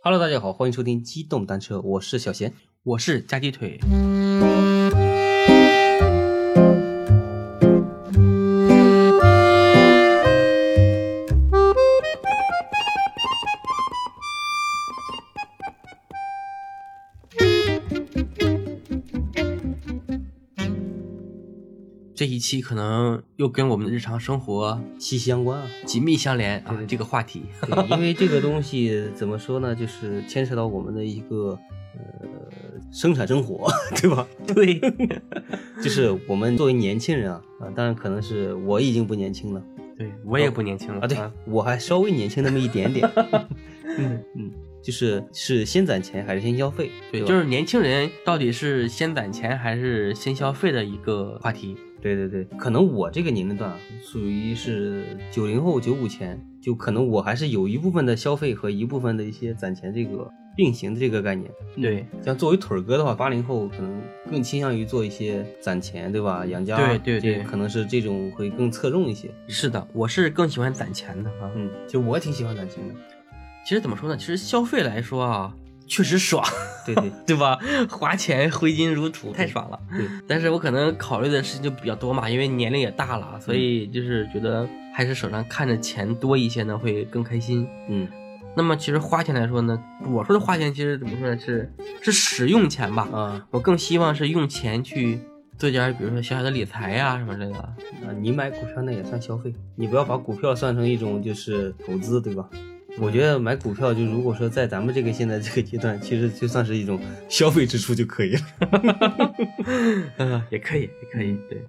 Hello，大家好，欢迎收听机动单车，我是小贤。我是夹鸡腿，这一期可能又跟我们的日常生活息息相 关啊，紧密相连啊对对，这个话题，对因为这个东西怎么说呢，就是牵扯到我们的一个呃生产生活， 对吧？对， 就是我们作为年轻人啊，啊，当然可能是我已经不年轻了对我也不年轻了啊，对我还稍微年轻那么一点 点，嗯，就是是先攒钱还是先消费，对，吧就是年轻人到底是先攒钱还是先消费的一个话题，对对对，可能我这个年龄段啊属于是九零后、九五前，就可能我还是有一部分的消费和一部分的一些攒钱这个并行的这个概念。对像作为腿儿哥的话，八零后可能更倾向于做一些攒钱，对吧？养家，对对这对可能是这种会更侧重一些。是的，我是更喜欢攒钱的啊。嗯，就我挺喜欢攒钱的。其实怎么说呢？其实消费来说啊，确实爽， 对对对吧？花钱挥金如土，太爽了。对，但是我可能考虑的事情就比较多嘛，因为年龄也大了，所以就是觉得还是手上看着钱多一些呢，会更开心。嗯，那么其实花钱来说呢，我说的花钱其实怎么说呢？是是使用钱吧？啊我更希望是用钱去做点儿，比如说小小的理财呀、什么之类的。 啊，你买股票那也算消费，你不要把股票算成一种就是投资，对吧？我觉得买股票就如果说在咱们这个现在这个阶段，其实就算是一种消费支出就可以了。 嗯，也可以，也可以，对，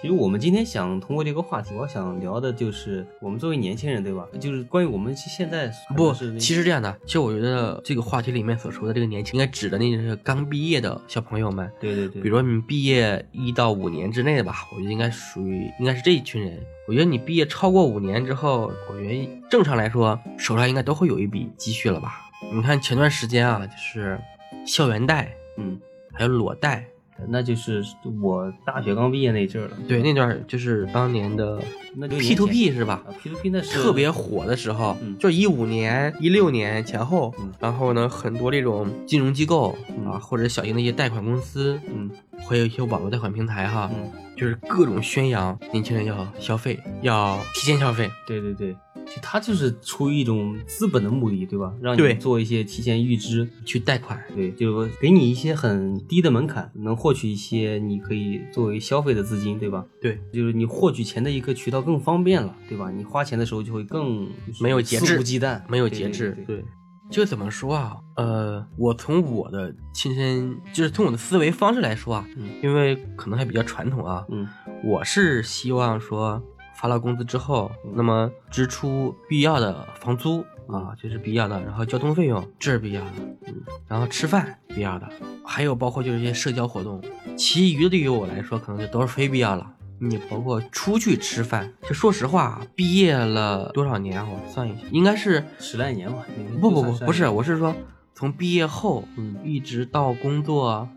其实我们今天想通过这个话题，我想聊的就是我们作为年轻人，对吧？就是关于我们现在不，嗯是那其实这样的，其实我觉得这个话题里面所说的这个年轻，应该指的那就是刚毕业的小朋友们，对对对，比如说你毕业一到五年之内的吧，我觉得应该属于应该是这一群人。我觉得你毕业超过五年之后，我觉得正常来说手上应该都会有一笔积蓄了吧？你看前段时间啊，就是校园贷，嗯，还有裸贷，那就是我大学刚毕业那阵儿了，对，那段儿就是当年的那就 P to P 是吧？啊，P to P 那是特别火的时候，嗯就是一五年、一六年前后，嗯然后呢，很多这种金融机构、嗯啊，或者小型的一些贷款公司，嗯还有一些网络贷款平台哈，嗯，就是各种宣扬年轻人要消费，要提前消费。对对对，就他就是出于一种资本的目的，对吧？让你对做一些提前预支，去贷款，对，就给你一些很低的门槛，能获取一些你可以作为消费的资金，对吧？对，就是你获取钱的一个渠道更方便了，对吧？你花钱的时候就会更就是没有节制肆无忌惮，没有对节制。对对对，就怎么说啊？呃，我从我的亲身，就是从我的思维方式来说啊，嗯因为可能还比较传统啊，嗯我是希望说发了工资之后，那么支出必要的房租啊，这是必要的，然后交通费用这是必要的，嗯然后吃饭必要的，还有包括就是一些社交活动，其余的对于我来说可能就都是非必要了。你包括出去吃饭，就说实话，毕业了多少年啊？我算一下，应该是十来年吧，你不不就不算不十是，来年我是说从毕业后嗯一直到工作，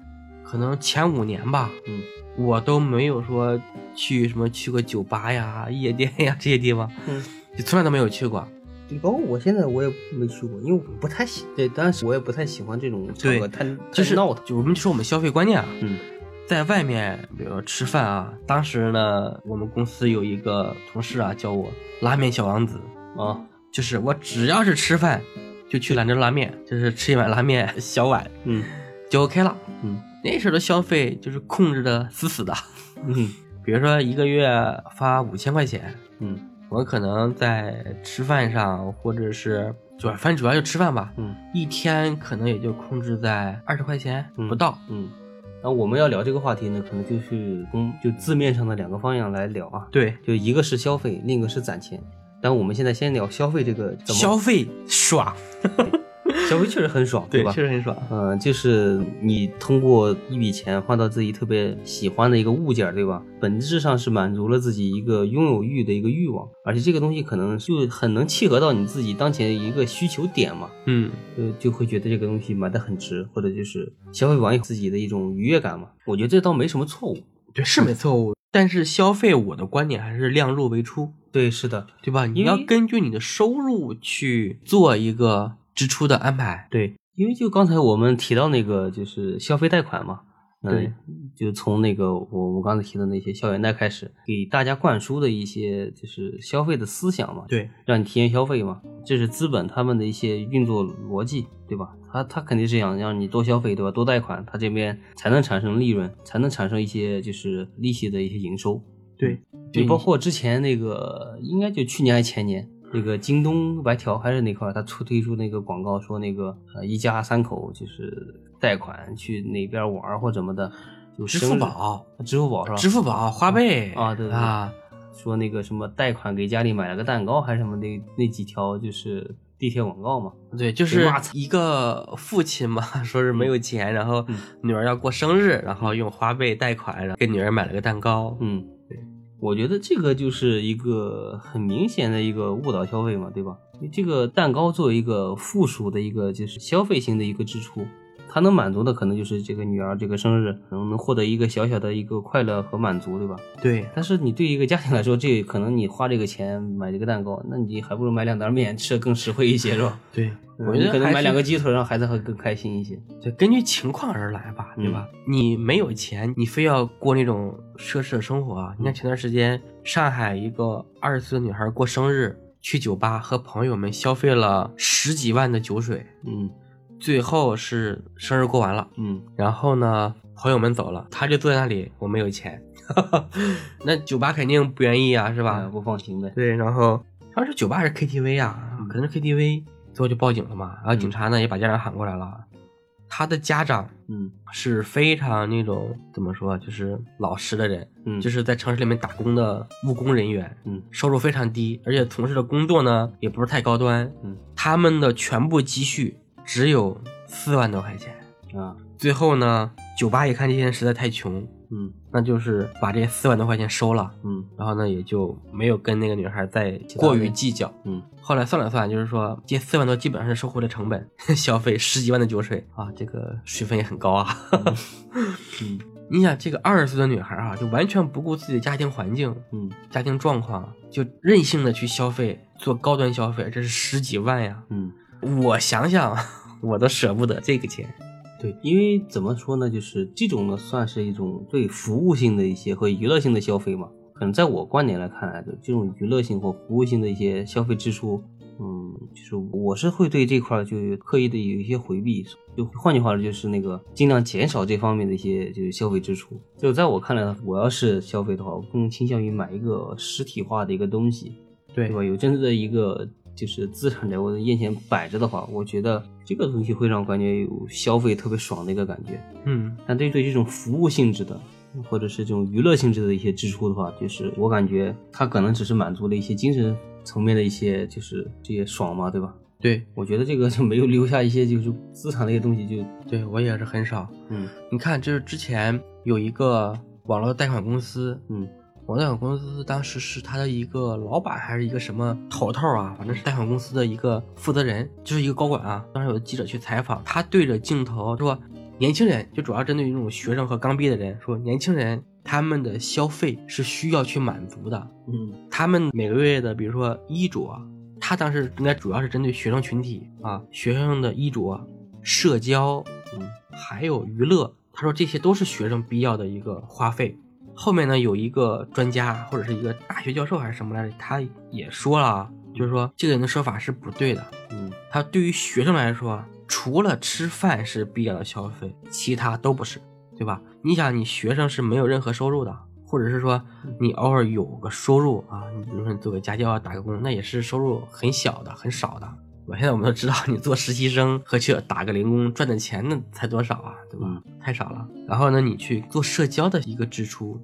可能前五年吧，嗯，我都没有说去什么去过酒吧呀、夜店呀这些地方，嗯。就从来都没有去过。对，包括我现在我也没去过，因为我不太喜对，但是我也不太喜欢这种场对合太就是太闹腾。就我们就说我们消费观念啊，嗯在外面，比如说吃饭啊，当时呢，我们公司有一个同事啊，叫我拉面小王子，啊，就是我只要是吃饭，就去兰州拉面，就是吃一碗拉面小碗嗯就 OK 了。嗯那时候的消费就是控制的死死的，嗯比如说一个月发五千块钱，嗯我可能在吃饭上，或者是主要反正主要就吃饭吧，嗯一天可能也就控制在二十块钱嗯不到。嗯。然后我们要聊这个话题呢，可能就是从就字面上的两个方向来聊啊，对，就一个是消费，另一个是攒钱。但我们现在先聊消费这个怎么消费爽，消费确实很爽，吧？确实很爽。嗯、就是你通过一笔钱换到自己特别喜欢的一个物件儿，对吧？本质上是满足了自己一个拥有欲的一个欲望，而且这个东西可能就很能契合到你自己当前的一个需求点嘛，嗯，呃，就会觉得这个东西买的很值，或者就是消费完以后自己的一种愉悦感嘛。我觉得这倒没什么错误。对，是没错误。但是消费，我的观点还是量入为出，对，是的，对吧？你因为要根据你的收入去做一个支出的安排。对，因为就刚才我们提到那个就是消费贷款嘛，对嗯，就从那个我们刚才提的那些校园贷开始，给大家灌输的一些就是消费的思想嘛，对，让你提前消费嘛，这是资本他们的一些运作逻辑，对吧？他他肯定是想让你多消费，对吧？多贷款，他这边才能产生利润，才能产生一些就是利息的一些营收。对，就对包括之前那个，应该就去年还前年，那个京东白条还是哪块儿，他推推出那个广告说那个呃一家三口就是贷款去哪边玩儿或怎么的，就支生付日宝、支付宝是吧？支付宝、花呗啊对对对啊，说那个什么贷款给家里买了个蛋糕还是什么那那几条就是地铁广告嘛，对，就是一个父亲嘛， 说是没有钱，然后嗯女儿要过生日，然后用花呗贷款，然后给女儿买了个蛋糕。嗯对，我觉得这个就是一个很明显的一个误导消费嘛，对吧？这个蛋糕作为一个附属的一个就是消费型的一个支出，它能满足的可能就是这个女儿这个生日能能获得一个小小的一个快乐和满足，对吧？对，但是你对一个家庭来说，这可能你花这个钱买这个蛋糕，那你还不如买两袋面吃的更实惠一些，是吧？对， 我觉嗯你得可能还买是两个鸡腿让孩子会更开心一些。就根据情况而来吧，嗯对吧？你没有钱，你非要过那种奢侈的生活啊。你嗯看前段时间上海一个二十岁的女孩过生日，去酒吧和朋友们消费了十几万的酒水，嗯最后是生日过完了，嗯，然后呢，朋友们走了，她就坐在那里，我没有钱， 那酒吧肯定不愿意啊，是是吧？不放心呗。对，然后当时酒吧还是 KTV 啊，嗯可能是 KTV，最后就报警了嘛。然后警察呢也把家长喊过来了，他的家长嗯是非常那种怎么说，啊就是老实的人，嗯，就是在城市里面打工的务工人员，嗯收入非常低，而且从事的工作呢也不是太高端，嗯他们的全部积蓄只有四万多块钱。啊最后呢，酒吧一看这些人实在太穷，嗯那就是把这四万多块钱收了。嗯然后呢，也就没有跟那个女孩再他过于人计较。嗯后来算了算，就是说这四万多基本上是收回了成本， 消费十几万的酒水啊，这个水分也很高啊。嗯你想，这个二十岁的女孩啊，就完全不顾自己的家庭环境、嗯家庭状况，就任性的去消费，做高端消费，这是十几万呀！嗯。我想想， 我都舍不得这个钱。对，因为怎么说呢，就是这种呢，算是一种对服务性的一些和娱乐性的消费嘛。可能在我观点来看来，就这种娱乐性或服务性的一些消费支出，嗯，就是我是会对这块儿就刻意的有一些回避。就换句话说，就是那个尽量减少这方面的一些就是消费支出。就在我看来呢，我要是消费的话，我更倾向于买一个实体化的一个东西，对对吧？有真正的一个就是资产在我的眼前摆着的话，我觉得这个东西会让我感觉有消费特别爽的一个感觉。嗯，但对对这种服务性质的，或者是这种娱乐性质的一些支出的话，就是我感觉它可能只是满足了一些精神层面的一些就是这些爽嘛，对吧？对我觉得这个就没有留下一些就是资产类的东西就，对，我也是很少。嗯你看，就是之前有一个网络贷款公司，嗯我贷款公司当时是他的一个老板还是一个什么头头啊，反正是贷款公司的一个负责人，就是一个高管啊。当时有记者去采访，他对着镜头说：“年轻人，就主要针对于那种学生和刚毕业的人，说年轻人他们的消费是需要去满足的，嗯他们每个月的比如说衣着，他当时应该主要是针对学生群体啊，学生的衣着、社交，嗯还有娱乐，他说这些都是学生必要的一个花费。后面呢，有一个专家或者是一个大学教授还是什么来着，他也说了，啊，就是说这个人的说法是不对的。嗯他对于学生来说，除了吃饭是必要的消费，其他都不是，对吧？你想，你学生是没有任何收入的，或者是说你偶尔有个收入啊，你比如说你做个家教啊，打个工，那也是收入很小的、很少的。我现在我们都知道，你做实习生和去打个零工赚的钱，那才多少啊，对吧？嗯太少了。然后呢，你去做社交的一个支出，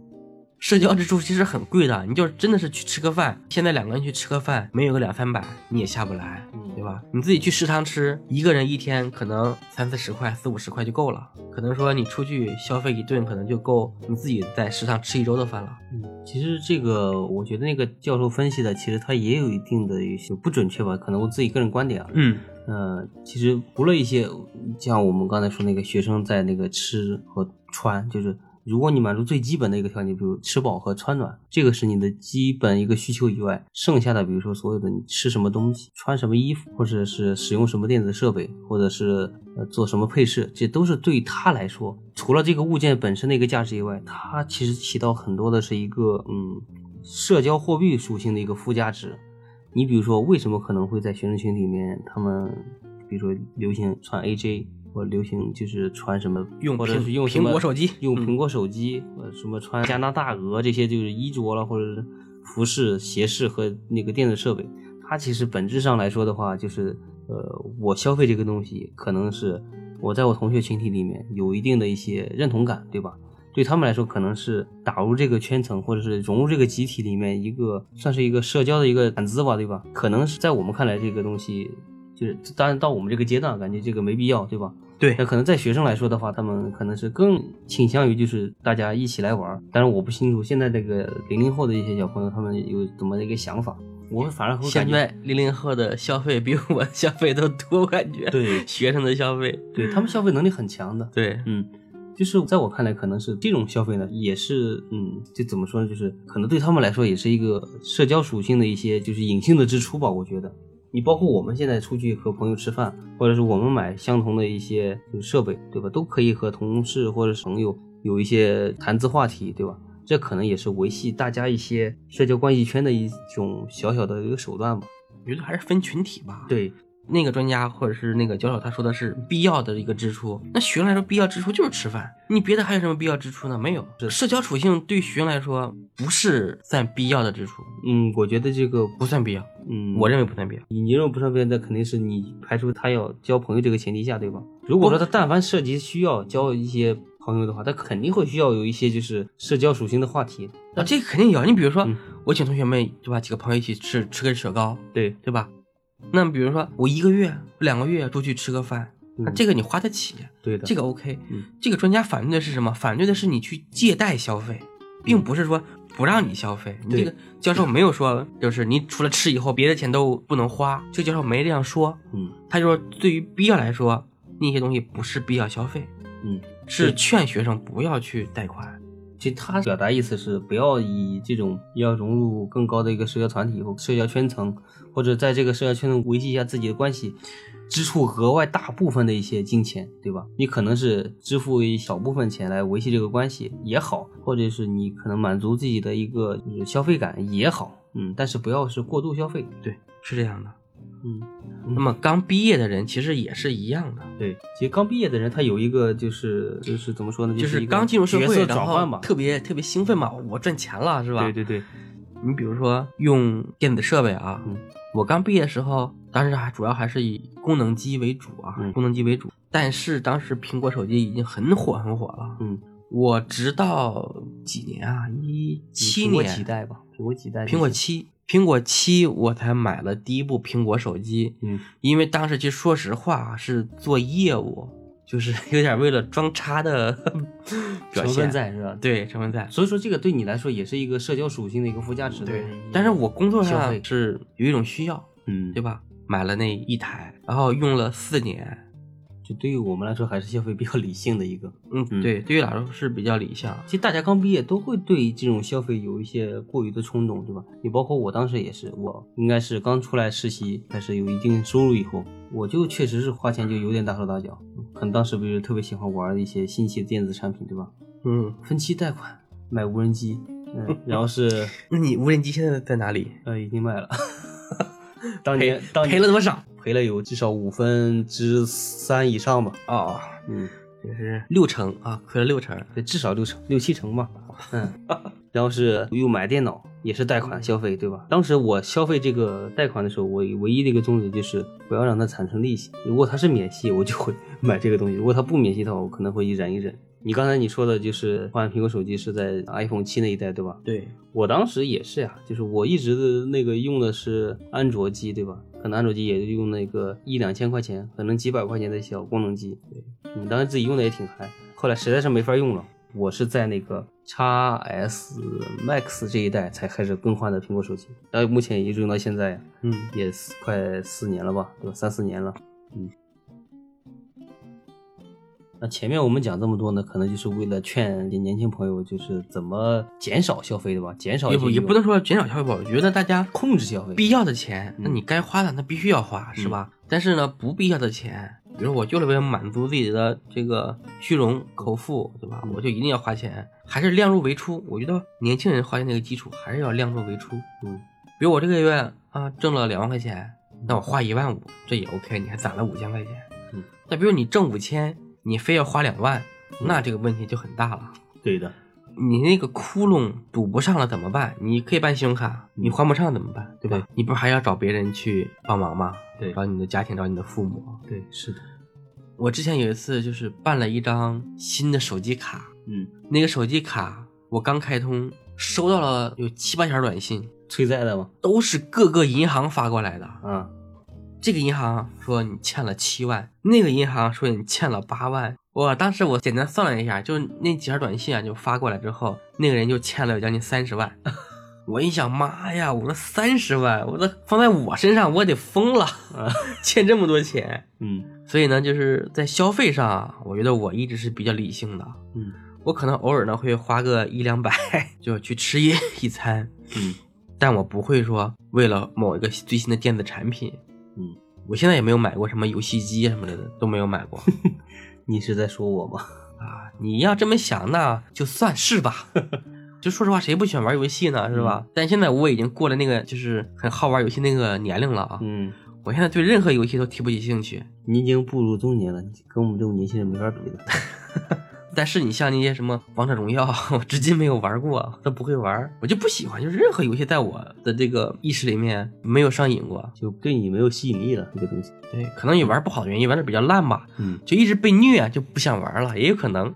社交支出其实很贵的，你就真的是去吃个饭，现在两个人去吃个饭，没有个两三百你也下不来，嗯对吧？你自己去食堂吃，一个人一天可能三四十块、四五十块就够了，可能说你出去消费一顿，可能就够你自己在食堂吃一周的饭了。嗯，其实这个我觉得那个教授分析的，其实他也有一定的一些不准确吧，可能我自己个人观点啊，嗯，呃，其实除了一些像我们刚才说那个学生在那个吃和穿，就是如果你满足最基本的一个条件，比如吃饱和穿暖，这个是你的基本一个需求以外，剩下的比如说所有的你吃什么东西、穿什么衣服，或者是使用什么电子设备，或者是呃做什么配饰，这都是对他来说，除了这个物件本身的一个价值以外，它其实起到很多的是一个嗯社交货币属性的一个附加值。你比如说，为什么可能会在学生群体里面，他们比如说流行穿 AJ，或者流行就是穿什么，用或者苹是用什苹么果手机，用嗯苹果手机，呃，什么穿加拿大鹅这些就是衣着了，或者是服饰、鞋饰和那个电子设备，它其实本质上来说的话，就是呃，我消费这个东西，可能是我在我同学群体里面有一定的一些认同感，对吧？对他们来说，可能是打入这个圈层，或者是融入这个集体里面一个算是一个社交的一个谈资吧，对吧？可能是在我们看来，这个东西就是，当然到我们这个阶段，感觉这个没必要，对吧？对那可能在学生来说的话，他们可能是更倾向于就是大家一起来玩儿。但是我不清楚现在这个零零后的一些小朋友他们有怎么的一个想法，我反而会感现觉在零零后的消费比我的消费都多，我感觉 对学生的消费，对他们消费能力很强的，对，嗯，就是在我看来，可能是这种消费呢，也是嗯，就怎么说呢，就是可能对他们来说也是一个社交属性的一些就是隐性的支出吧。我觉得，你包括我们现在出去和朋友吃饭，或者是我们买相同的一些就是设备，对吧？都可以和同事或者是朋友有一些谈资话题，对吧？这可能也是维系大家一些社交关系圈的一种小小的一个手段吧。我觉得还是分群体吧。，对，那个专家或者是那个教授他说的是必要的一个支出，那学生来说必要支出就是吃饭，你别的还有什么必要支出呢？没有，社交属性对学生来说不是算必要的支出，嗯，我觉得这个不不，算必要，嗯，我认为不算必要。你认为不上边，那肯定是你排除他要交朋友这个前提下，对吧？如果说他但凡涉及需要交一些朋友的话，他肯定会需要有一些就是社交属性的话题。啊，这个肯定有。你比如说，嗯我请同学们对吧，几个朋友一起吃吃个雪糕，对，对吧？那比如说我一个月、两个月出去吃个饭，那嗯这个你花得起，对的，这个个 OK。嗯这个专家反对的是什么？反对的是你去借贷消费，并不是说不让你消费。你嗯对这个教授没有说，就是你除了吃以后，别的钱都不能花。这个教授没这样说，嗯他就说对于必要来说，那些东西不是必要消费，嗯，是对劝学生不要去贷款。其实他表达意思是不要以这种要融入更高的一个社交团体或社交圈层，或者在这个社交圈层维系一下自己的关系。支出额外大部分的一些金钱，对吧？你可能是支付一小部分钱来维系这个关系也好，或者是你可能满足自己的一个就是消费感也好，嗯，但是不要是过度消费，是这样的，嗯，那么刚毕业的人其实也是一样的，对。其实刚毕业的人他有一个就是就是怎么说呢，就是是一个刚进入社角会，色然转换后吧，特别特别兴奋嘛，我赚钱了是吧？对对对，你比如说用电子设备啊，嗯我刚毕业的时候，当时还主要还是以功能机为主啊，嗯功能机为主。但是当时苹果手机已经很火很火了，嗯，我直到几年啊，一七苹果年，几代吧，苹果几代就苹果是，七，苹果七我才买了第一部苹果手机，嗯因为当时其实说实话啊是做业务，就是有点为了装叉的表成分现，在是吧？对成分在。所以说这个对你来说也是一个社交属性的一个附加值的。但是我工作消上费是有一种需要，嗯，对吧？吧？买了那一台，然后用了四年，就对于我们来说还是消费比较理性的一个。嗯，嗯对，对于来说是比较理想。其实大家刚毕业都会对这种消费有一些过于的冲动，对吧？你包括我当时也是，我应该是刚出来实习，开始有一定收入以后，我就确实是花钱就有点大手大脚。可能当时不是特别喜欢玩一些新奇的电子产品，对吧？嗯，分期贷款买无人机，嗯，然后是那你无人机现在在哪里？呃已经卖了。 当年当年赔了多少？赔了有至少五分之三以上吧，哦，嗯，就是六成啊，亏了六成。对，至少六成六七成吧， 嗯，然后是又买电脑，也是贷款消费，对吧？当时我消费这个贷款的时候，我唯一的一个宗旨就是不要让它产生利息。如果它是免息，我就会 买这个东西；如果它不免息的话，我可能会一忍一忍。你刚才你说的就是换苹果手机是在 iPhone 七那一代，对吧？对，我当时也是呀、就是我一直的那个用的是安卓机，对吧？可能安卓机也就用那个一两千块钱，可能几百块钱的小功能机。对，嗯，当时自己用的也挺嗨，后来实在是没法用了，我是在那个 x S Max 这一代才开始更换的苹果手机，到目前一直用到现在呀，嗯，也四快四年了吧，对吧？三四年了。嗯那前面我们讲这么多呢，可能就是为了劝年轻朋友，就是怎么减少消费，对吧？减少也一些不也欲望不能说减少消费吧，我觉得大家控制消费，必要的钱，嗯那你该花的那必须要花，是嗯吧？但是呢，不必要的钱，比如我就为了满足自己的这个虚荣口腹，对嗯吧？我就一定要花钱，还是量入为出。我觉得年轻人花钱这个基础还是要量入为出。嗯，比如我这个月啊挣了两万块钱，那我花一万五，这也 OK，你还攒了五千块钱。嗯，那比如你挣五千，你非要花两万，那这个问题就很大了。对的，你那个窟窿堵不上了怎么办？你可以办信用卡，你还不上怎么办？对吧嗯对？你不是还要找别人去帮忙吗？对找你的家庭，找你的父母。对，是的，我之前有一次就是办了一张新的手机卡，嗯，那个手机卡我刚开通，收到了有七八条短信，催债的嘛，都是各个银行发过来的。啊，这个银行说你欠了七万，那个银行说你欠了八万。我当时我简单算了一下，就是那几条短信啊，就发过来之后，那个人就欠了有将近三十万。 我一想，妈呀，我说三十万，我这放在我身上，我得疯了， 欠这么多钱。嗯所以呢，就是在消费上啊，我觉得我一直是比较理性的，嗯我可能偶尔呢会花个一两百， 就去吃一 一餐，嗯 但我不会说为了某一个最新的电子产品，嗯，我现在也没有买过什么游戏机啊什么的都没有买 过你是在说我 吗？啊。你要这么想，那就算是 吧。就说实话，谁不喜欢玩游戏呢，是嗯吧？但现在我已经过了那个就是很好玩游戏那个年龄了啊。嗯，我现在对任何游戏都提不起兴趣。你已经步入中年了，你跟我们这种年轻人没法比的。但是你像那些什么王者荣耀， 我至今没有玩过，都不会玩，我就不喜欢。就是任何游戏在我的这个意识里面没有上瘾过。 就对你没有吸引力了，这个东西。对，可能也玩不好的原因，玩的比较烂吧。嗯，就一直被虐，啊就不想玩了，也有可能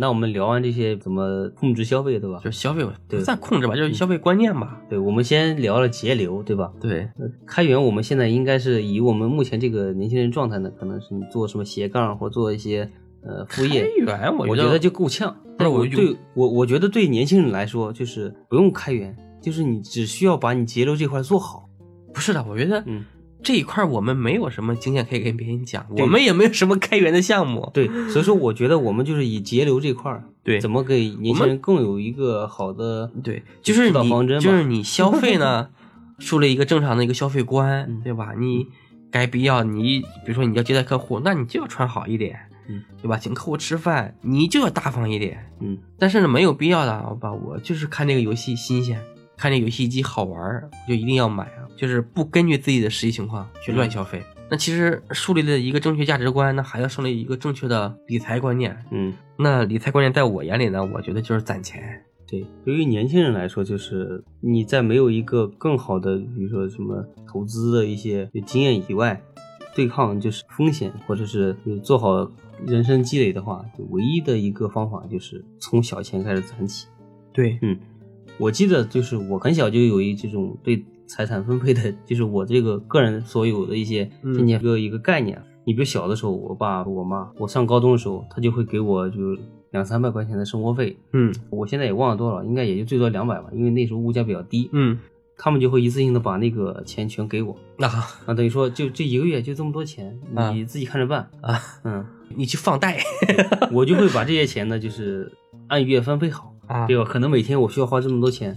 那我们聊完这些怎么控制消费，对吧就？是消费对嗯不算控制吧，就是消费观念吧。对，我们先聊了节流，对吧？对，呃开源我们现在应该是以我们目前这个年轻人状态呢，可能是你做什么斜杠或做一些呃副业，开源我我觉觉得得就够呛。不是但我我就对我我觉得对年轻人来说，就是不用开源，就是你只需要把你节流这块做好。不是的，我觉得嗯，这一块我们没有什么经验可以跟别人讲，对我们也没有什么开源的项目。对，所以说我觉得我们就是以节流这块儿，对怎么给年轻人更有一个好的对，就是指导你方针吧就是你消费 呢，树立一个正常的一个消费观嗯，对吧？你该必要，你比如说你要接待客户，那你就要穿好一点嗯，对吧？请客户吃饭，你就要大方一点。嗯但是呢，没有必要的，好吧？我就是看这个游戏新鲜，看这游戏机好玩儿，就一定要买啊！就是不根据自己的实际情况去嗯乱消费。那其实树立了一个正确价值观，那还要树立一个正确的理财观念。嗯。那理财观念在我眼里呢，我觉得就是攒钱。对，对于年轻人来说，就是你在没有一个更好的，比如说什么投资的一些经验以外，对抗就是风险，或者是就是做好人生积累的话，就唯一的一个方法就是从小钱开始攒起。对，我记得就是我很小就有一这种对财产分配的，就是我这个个人所有的一些嗯金钱的一个概念。你比如小的时候，我爸我妈，我上高中的时候，他就会给我就是两三百块钱的生活费，嗯我现在也忘了多少，应该也就最多两百吧，因为那时候物价比较低，嗯，他们就会一次性的把那个钱全给我，那、啊，等于说就这一个月就这么多钱，啊你自己看着办，啊，嗯，你去放贷我就会把这些钱呢，就是按月分配好， 啊对吧？可能每天我需要花这么多钱，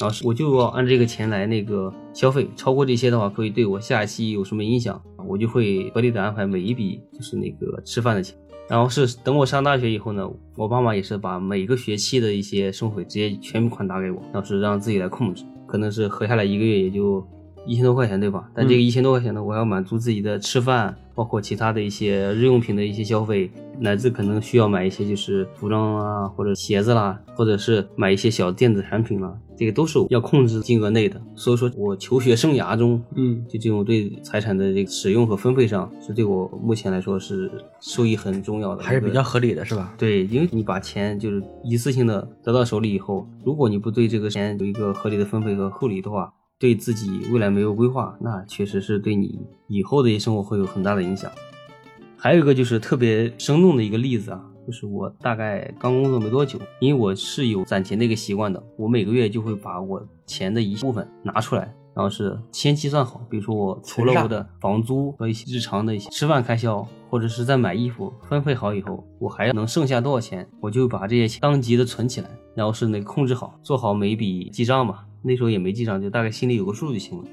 然后我就要按这个钱来那个消费，超过这些的话，会对我下一期有什么影响，我就会合理的安排每一笔就是那个吃饭的钱。然后是等我上大学以后呢，我爸妈也是把每个学期的一些生活费直接全款打给我，然后是让自己来控制，可能是合下来一个月也就一千多块钱，对吧？但这个一千多块钱呢，我要满足自己的吃饭，包括其他的一些日用品的一些消费，乃至可能需要买一些就是服装啊，或者鞋子啦，或者是买一些小电子产品啦，这个都是要控制金额内的。所以说我求学生涯中，嗯，就这种对财产的这个使用和分配上，是对我目前来说是受益很重要的，还是比较合理的，是吧？对，因为你把钱就是一次性的得到手里以后，如果你不对这个钱有一个合理的分配和处理的话，对自己未来没有规划，那确实是对你以后的一些生活会有很大的影响。还有一个就是特别生动的一个例子啊，就是我大概刚工作没多久，因为我是有攒钱的一个习惯的，我每个月就会把我钱的一部分拿出来，然后是先计算好，比如说我除了我的房租和一些日常的一些吃饭开销，或者是在买衣服分配好以后，我还能剩下多少钱，我就把这些钱当即的存起来，然后是那个控制好，做好每一笔记账吧。那时候也没记账，就大概心里有个数就行了。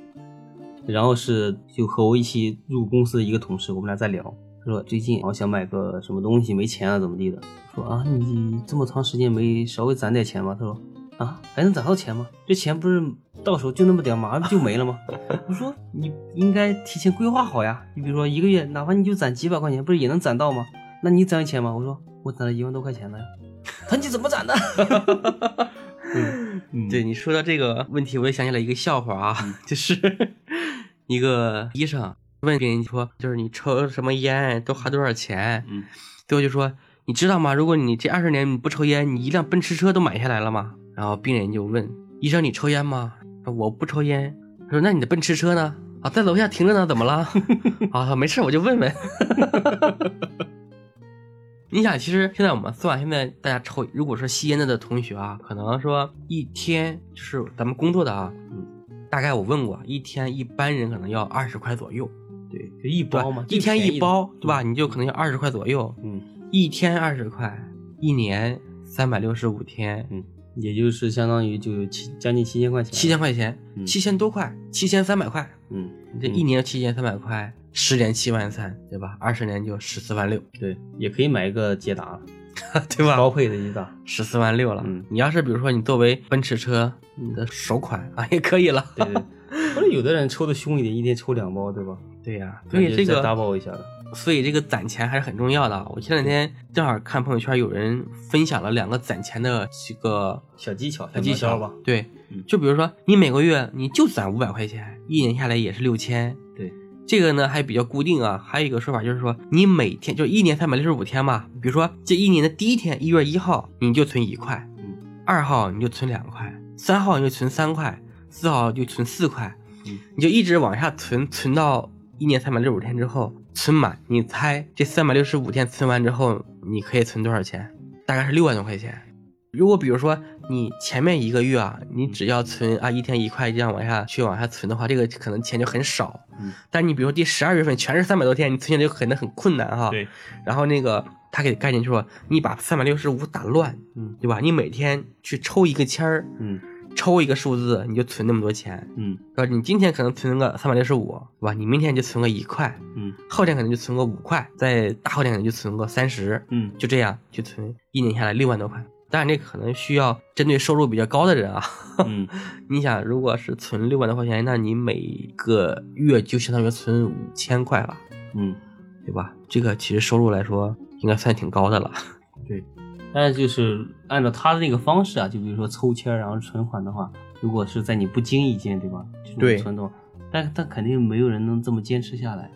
然后是就和我一起入公司的一个同事，我们俩在聊，他说最近我想买个什么东西，没钱了怎么地的，说啊你这么长时间没稍微攒点钱吗？他说啊还能攒到钱吗？这钱不是到手就那么点儿，马上就没了吗？ 我说你应该提前规划好呀，你比如说一个月，哪怕你就攒几百块钱，不是也能攒到吗？那你攒有钱吗？我说我攒了一万多块钱了呀，他说你怎么攒的？ 嗯嗯对你说到这个问题，我也想起来一个笑话啊， 就是一个医生问别人说，就是你抽什么烟都花多少钱，嗯最后就说你知道吗？如果你这二十年你不抽烟，你一辆奔驰车都买下来了吗？然后病人就问医生你抽烟吗？说我不抽烟。他说那你的奔驰车呢？啊，在楼下停着呢，怎么了？ 啊，没事，我就问问。 你想，其实现在我们算，现在大家抽，如果说吸烟的的同学啊，可能说一天就是咱们工作的啊，嗯，大概我问过，一天一般人可能要二十块左右，对，就一包嘛，一最天便宜一的包，对吧？？你就可能要二十块左右，嗯，一天二十块，一年三百六十五天，嗯也就是相当于就有七将近七千块钱，七千块钱，嗯七千多块，七千三百块，嗯，你这一年七千三百块，十年七万三，对吧？二十年就十四万六， 对，也可以买一个捷达了，对吧？高配的捷达，十四万六了。嗯你要是比如说你作为奔驰车你的首款啊，也可以了。对对。或者有的人抽的凶一点，一天抽两 包，对吧？对呀、所以那这就再个 double 一下的，所以这个攒钱还是很重要的。啊我前两天正好看朋友圈有人分享了两个攒钱的这个小技巧，小技巧吧。。对嗯，就比如说你每个月你就攒五百块钱，一年下来也是六千。对，这个呢还比较固定啊，还有一个说法就是说，你每天就一年三百六十五天嘛，比如说这一年的第一天一月一号你就存一块，嗯，二号你就存两块，三号你就存三块，四号就存四块，嗯你就一直往下存，存到一年三百六十五天之后存满，你猜这三百六十五天存完之后你可以存多少钱？大概是六万多块钱。如果比如说你前面一个月啊，你只要存啊一天一块这样往下去往下存的话，这个可能钱就很少。嗯，但你比如说第十二月份全是三百多天，你存下来就可能很困难哈。。对，然后那个他给概念就是说，你把三百六十五打乱，嗯对吧？你每天去抽一个签儿，嗯抽一个数字，你就存那么多钱，嗯对吧？你今天可能存个三百六十五，对吧？你明天就存个一块，嗯后天可能就存个五块，再大后天可能就存个三十，嗯，就这样就存一年下来六万多块。当然，这可能需要针对收入比较高的人啊。 嗯，你想，如果是存六万多块钱，那你每个月就相当于存五千块了。嗯，对吧？这个其实收入来说应该算挺高的了。但是就是按照他的那个方式啊，就比如说抽签儿然后存款的话，如果是在你不经意间，对吧？这种对存的话，但但肯定没有人能这么坚持下来，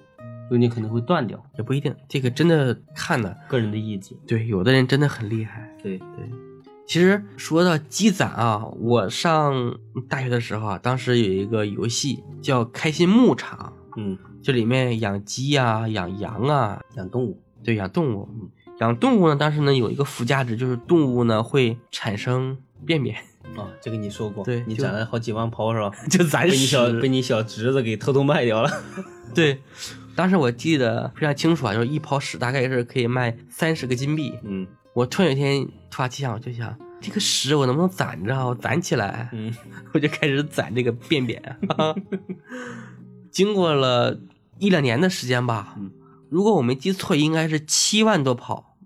就你可能会断掉也不一定，这个真的看的，个人的意志。对，有的人真的很厉害。对，其实说到积攒啊，我上大学的时候啊，当时有一个游戏叫《开心牧场嗯，》，这里面养鸡啊、养羊啊，养动物，对，养动物。养动物呢，当时呢有一个附加值，就是动物呢会产生便便， 啊，这个你说过，对你就攒了好几万抛 是吧？就咱被你使小被你小侄子给偷偷卖掉了。对，当时我记得非常清楚啊，就是一泡屎大概是可以卖三十个金币。嗯我突然有一天突发奇想，我就想这个屎我能不能攒着啊？我攒起来，嗯我就开始攒这个便便。 经过了一两年的时间吧嗯，如果我没记错，应该是七万多 泡，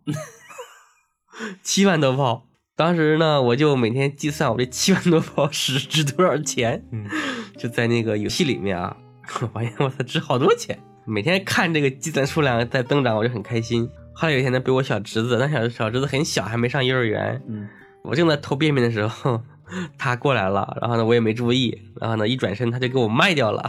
七万多泡。当时呢，我就每天计算我这七万多泡屎值多少钱。嗯就在那个游戏里面啊， 我发现我操值好多钱，每天看这个积攒数量在增长，我就很开心。后来有一天呢，被我小侄子，那小小侄子很小，还没上幼儿园，嗯我正在偷便便的时候，他过来了，然后呢我也没注意，然后呢一转身他就给我卖掉了，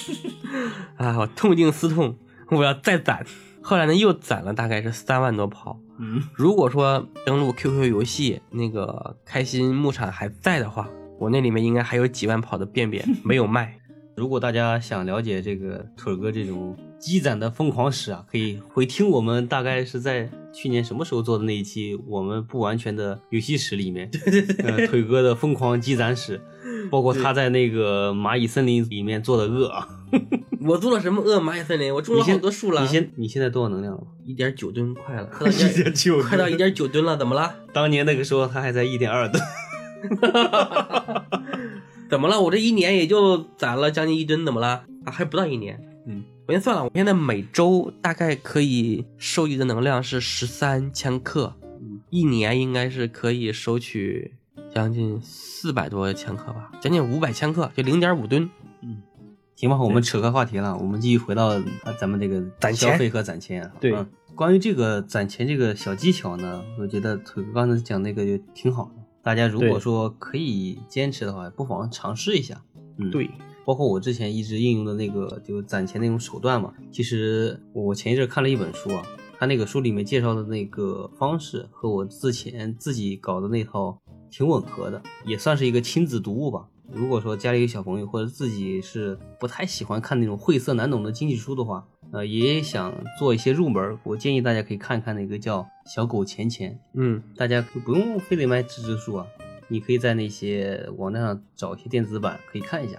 啊，我痛定思痛，我要再攒。后来呢又攒了大概是三万多泡。嗯如果说登录 QQ 游戏那个开心牧场还在的话，我那里面应该还有几万跑的便便没有卖。如果大家想了解这个腿儿哥这种积攒的疯狂史啊，可以回听我们大概是在去年什么时候做的那 一呃期《我们不完全的游戏史》里面，对对对，腿哥的疯狂积攒史，包括他在那个蚂蚁森林里面做的恶啊。我做了什么恶蚂蚁森林？我种了你现好多树了你，现你现在多少能量了？一点九吨快 了，快到一点，九 快到一点九吨了，怎么了？当年那个时候他还在一点二吨， 怎么了？我这一年也就攒了将近一吨，怎么了？啊，还不到一年。嗯，我先算了，我现在每周大概可以收集的能量是十三千克，一年应该是可以收取将近四百多千克吧，将近五百千克，就零点五吨。行吧，我们扯开话题了，我们继续回到啊咱们这个攒钱消费和攒钱啊。对嗯关于这个攒钱这个小技巧呢，我觉得腿哥刚才讲那个就挺好的，大家如果对说可以坚持的话，不妨尝试一下。嗯，对，包括我之前一直应用的那个就攒钱那种手段嘛。其实我前一阵看了一本书啊，它那个书里面介绍的那个方式和我之前自己搞的那套挺吻合的，也算是一个亲子读物吧。如果说家里有小朋友或者自己是不太喜欢看那种晦涩难懂的经济书的话，呃，也想做一些入门儿，我建议大家可以看看那个叫《小狗钱钱》，嗯，大家就不用非得买纸质书啊，你可以在那些网站上找一些电子版，可以看一下。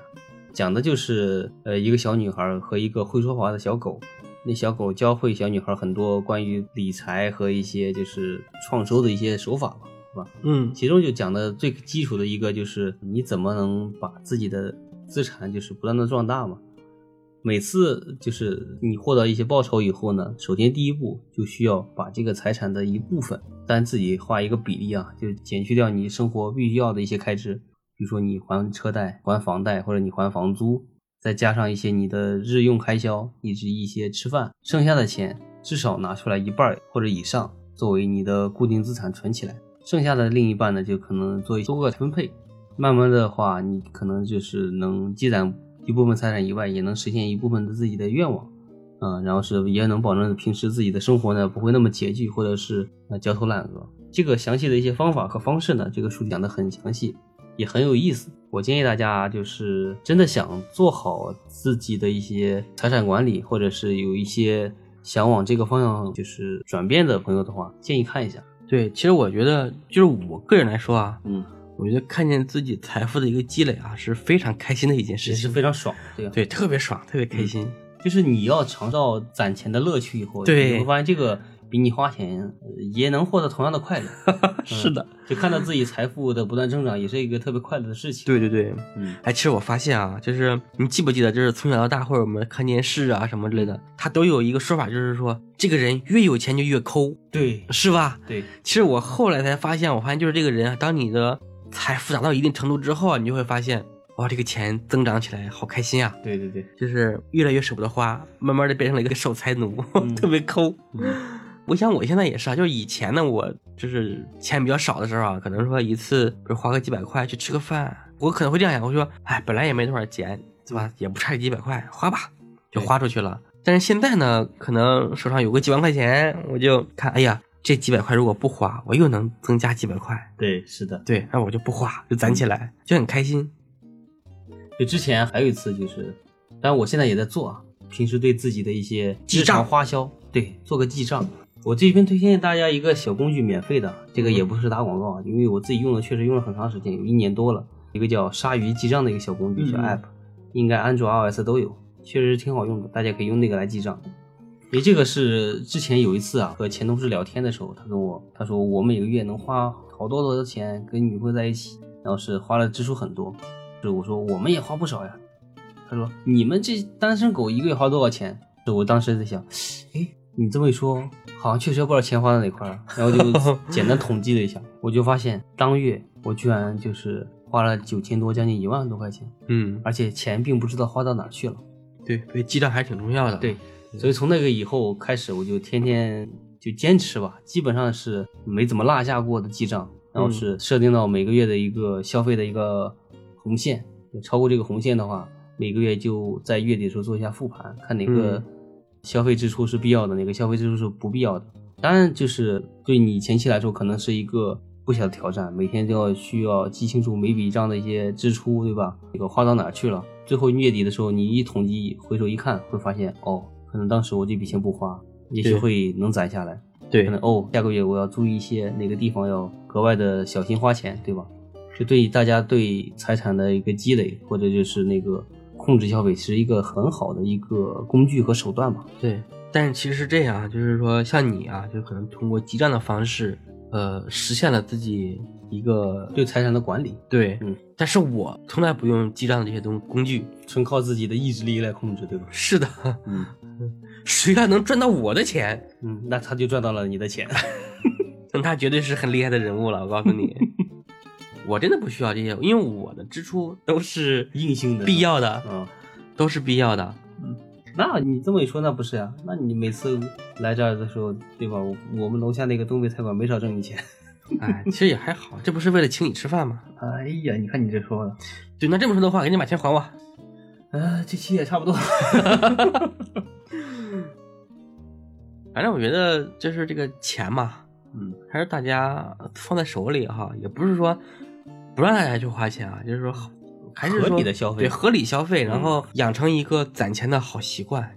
讲的就是呃一个小女孩和一个会说话的小狗，那小狗教会小女孩很多关于理财和一些就是创收的一些手法吧，是吧？嗯，其中就讲的最基础的一个就是你怎么能把自己的资产就是不断的壮大嘛。每次就是你获得一些报酬以后呢，首先第一步就需要把这个财产的一部分，但自己画一个比例啊，就减去掉你生活必须要的一些开支，比如说你还车贷、还房贷或者你还房租，再加上一些你的日用开销，以及一些吃饭，剩下的钱至少拿出来一半儿或者以上作为你的固定资产存起来。剩下的另一半呢，就可能做一多个分配。慢慢的话，你可能就是能积攒一部分财产以外，也能实现一部分的自己的愿望，嗯，然后是也能保证平时自己的生活呢不会那么拮据，或者是呃焦头烂额。这个详细的一些方法和方式呢，这个书讲的很详细，也很有意思。我建议大家啊就是真的想做好自己的一些财产管理，或者是有一些想往这个方向就是转变的朋友的话，建议看一下。对，其实我觉得就是我个人来说啊，嗯，我觉得看见自己财富的一个积累啊，是非常开心的一件事也是情，非常爽，对啊对，特别爽，特别开心。就是你要尝到攒钱的乐趣以后，对你会发现这个比你花钱呃也能获得同样的快乐。嗯是的，就看到自己财富的不断增长，也是一个特别快乐的事情。，对对对，嗯，哎，其实我发现啊，就是你记不记得，就是从小到大，或者我们看电视啊什么之类的，他都有一个说法，就是说这个人越有钱就越抠，对是吧？对，其实我后来才发现，我发现就是这个人啊，当你的财富达到一定程度之后啊，你就会发现，哇，这个钱增长起来好开心啊，对对对，就是越来越舍不得花，慢慢的变成了一个守财奴， 嗯特别抠。嗯我想我现在也是啊，就是以前呢，我就是钱比较少的时候啊，可能说一次，比如花个几百块去吃个饭，我可能会这样想，我说，哎，本来也没多少钱，对吧？也不差这几百块，花吧，就花出去了。但是现在呢，可能手上有个几万块钱，我就看，哎呀，这几百块如果不花，我又能增加几百块，对，嗯是的。对，那我就不花，就攒起来，就很开心。就之前还有一次就是，但我现在也在做啊，平时对自己的一些记账日常花销，对，做个记账。我这边推荐大家一个小工具，免费的，这个也不是打广告啊，因为我自己用的确实用了很长时间，有一年多了。一个叫鲨鱼记账的一个小工具，嗯小 app，应该安卓、iOS 都有，确实挺好用的，大家可以用那个来记账。因为这个是之前有一次啊，和前同事聊天的时候，他跟我他说我每个月能花好多好多钱跟女朋友在一起，然后是花了支出很多，是我说我们也花不少呀。他说你们这单身狗一个月花多少钱？是我当时在想，哎，你这么一说，好像确实不知道钱花到哪块儿了，然后就简单统计了一下，我就发现当月我居然就是花了九千多，将近一万多块钱，嗯，而且钱并不知道花到哪儿去了。对，所以记账还是挺重要的。对，所以从那个以后开始，我就天天就坚持吧，基本上是没怎么落下过的记账，然后是设定到每个月的一个消费的一个红线，超过这个红线的话，每个月就在月底的时候做一下复盘，看哪个嗯消费支出是必要的，哪个消费支出是不必要的。当然，就是对你前期来说，可能是一个不小的挑战，每天都要需要记清楚每笔账的一些支出，对吧？这个花到哪儿去了？最后月底的时候，你一统计，回头一看，会发现哦，可能当时我这笔钱不花，也许对会能攒下来。对可能哦，下个月我要注意一些哪个地方要格外的小心花钱，对吧？就对大家对财产的一个积累，或者就是那个控制消费，是一个很好的一个工具和手段吧。对，但是其实是这样啊，就是说像你啊，就可能通过记账的方式，呃，实现了自己一个对财产的管理，对，嗯但是我从来不用记账的这些东工具。纯靠自己的意志力来控制，对吧？是的， 嗯谁要能赚到我的钱，嗯，那他就赚到了你的钱。那他绝对是很厉害的人物了。我告诉 你，我真的不需要这些，因为我的支出都是硬性的必要的，嗯，都是必要的。那你这么一说，那不是呀、啊那你每次来这儿的时候，对吧？我我们楼下那个东北菜馆没少挣你钱。 哎，其实也还好，这不是为了请你吃饭吗？哎呀，你看你这说的，对，那这么说的话，赶紧把钱还我。呃，这期也差不多了。反正我觉得就是这个钱嘛，嗯，还是大家放在手里哈，也不是说不让大家去花钱啊，就是说还是说合理的消费对合理消费，嗯然后养成一个攒钱的好习惯。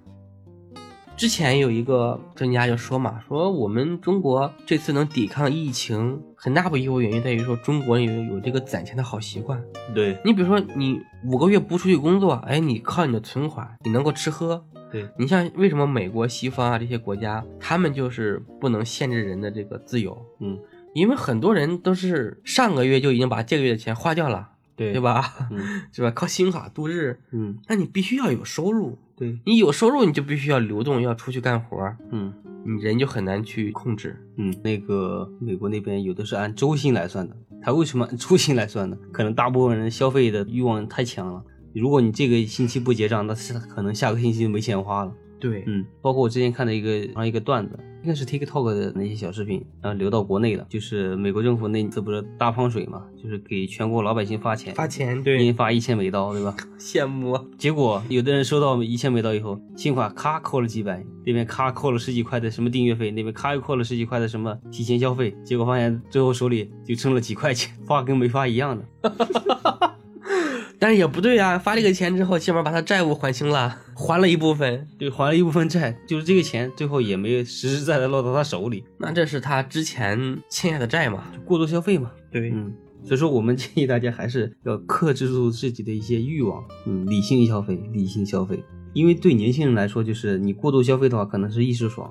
之前有一个专家就说嘛，说我们中国这次能抵抗疫情，很大部一部分原因在于说中国有有这个攒钱的好习惯。 对你比如说，你五个月不出去工作，哎，你靠你的存款，你能够吃喝。对，你像为什么美国、西方啊这些国家，他们就是不能限制人的这个自由，嗯，因为很多人都是上个月就已经把这个月的钱花掉了，对对？吧？嗯 是吧？靠信用卡度日，嗯，那你必须要有收入，对，你有收入你就必须要流动，要出去干活儿，嗯。你人就很难去控制。嗯，那个美国那边有的是按周薪来算的，他为什么按周薪来算呢？可能大部分人消费的欲望太强了。如果你这个星期不结账，那是可能下个星期就没钱花了。对，嗯，包括我之前看的一个啊上一个段子，应该是 TikTok 的那些小视频，然后流到国内了。就是美国政府那次不是大放水嘛，就是给全国老百姓发钱，发钱一对人，发一千美刀，对吧？羡慕啊结果有的人收到一千美刀以后，信用卡咔扣了几百，那边咔扣了十几块的什么订阅费，那边咔又扣了十几块的什么提前消费，结果发现最后手里就剩了几块钱，发跟没发一样的。但是也不对啊，发这个钱之后，起码把他债务还清了，还了一部分，对，还了一部分债，就是这个钱最后也没有实实在在落到他手里，那这是他之前欠下的债嘛？过度消费嘛。对嗯，所以说我们建议大家还是要克制住自己的一些欲望，嗯，理性消费，理性消费。因为对年轻人来说，就是你过度消费的话，可能是一时爽，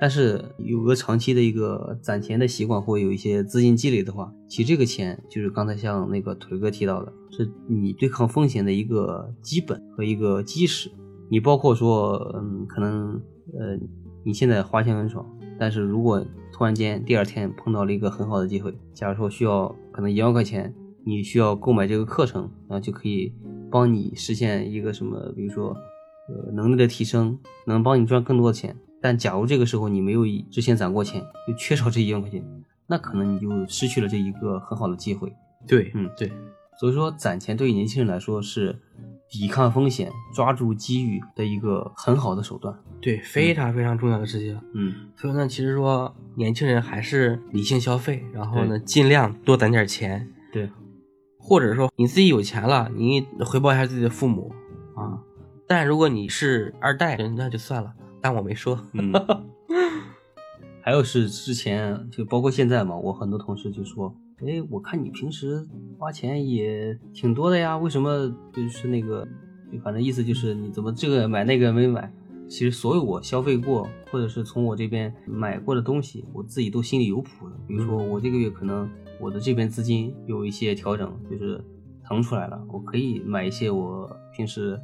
但是有个长期的一个攒钱的习惯，或有一些资金积累的话，其实这个钱就是刚才像那个腿哥提到的，是你对抗风险的一个基本和一个基石。你包括说，嗯，可能呃，你现在花钱很爽，但是如果突然间第二天碰到了一个很好的机会，假如说需要可能一万块钱，你需要购买这个课程，然后就可以帮你实现一个什么，比如说呃能力的提升，能帮你赚更多的钱。但假如这个时候你没有以之前攒过钱，就缺少这一万块钱，那可能你就失去了这一个很好的机会。对嗯对，所以说，攒钱对于年轻人来说是抵抗风险、抓住机遇的一个很好的手段。对，非常非常重要的事情。嗯，所以呢，其实说年轻人还是理性消费，然后呢，对尽量多攒点钱，对，或者说你自己有钱了，你回报一下自己的父母啊。但如果你是二代，那就算了，当我没说。嗯。还有是之前就包括现在嘛，我很多同事就说：“哎，我看你平时花钱也挺多的呀，为什么就是那个，就反正意思就是你怎么这个买那个没买？”其实所有我消费过或者是从我这边买过的东西，我自己都心里有谱的。比如嗯说我这个月可能我的这边资金有一些调整，就是腾出来了，我可以买一些我平时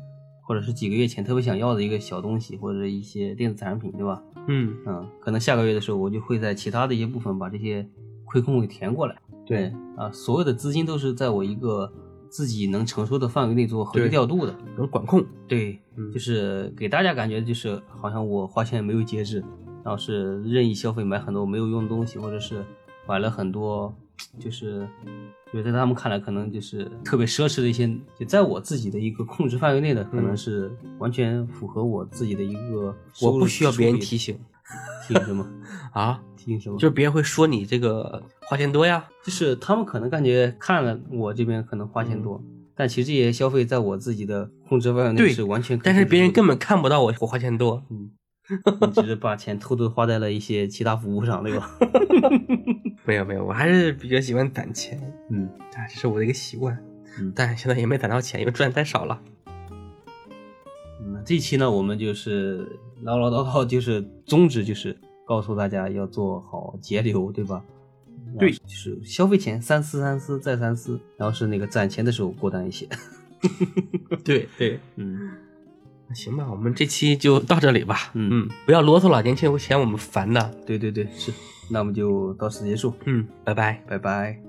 或者是几个月前特别想要的一个小东西，或者一些电子产品，对吧？嗯，嗯，可能下个月的时候，我就会在其他的一些部分把这些亏空给填过来。对啊，所有的资金都是在我一个自己能承受的范围内做合理对调度的。能管控，对，嗯就是给大家感觉就是好像我花钱没有节制，然后是任意消费，买很多没有用的东西，或者是买了很多，就是就在他们看来可能就是特别奢侈的一些，就在我自己的一个控制范围内的，可能嗯是完全符合我自己的一个收入我不需要支出别人比提醒提醒什么。啊，提醒什么？ 就是别人会说你这个花钱多呀。就是他们可能感觉看了我这边可能花嗯钱多，但其实这些消费在我自己的控制范围内对是完全可以但是别人控制根本看不到我我花钱多，住的，嗯， 你只是把钱偷偷花在了一些其他服务上，对吧？ 没有没有，我还是比较喜欢攒钱嗯啊，这是我的一个习惯。嗯但现在也没攒到钱，因为赚得太少了。嗯，这期呢，我们就是唠唠叨叨，就是宗旨就是告诉大家要做好节流，对吧？对然后就是消费前三思三思再三思，然后是那个攒钱的时候果断一些。 对对，嗯，那行吧，我们这期就到这里吧。嗯嗯，不要啰嗦了，年轻有钱我们烦的。对对对，是，那我们就到此结束，嗯，拜拜。拜拜。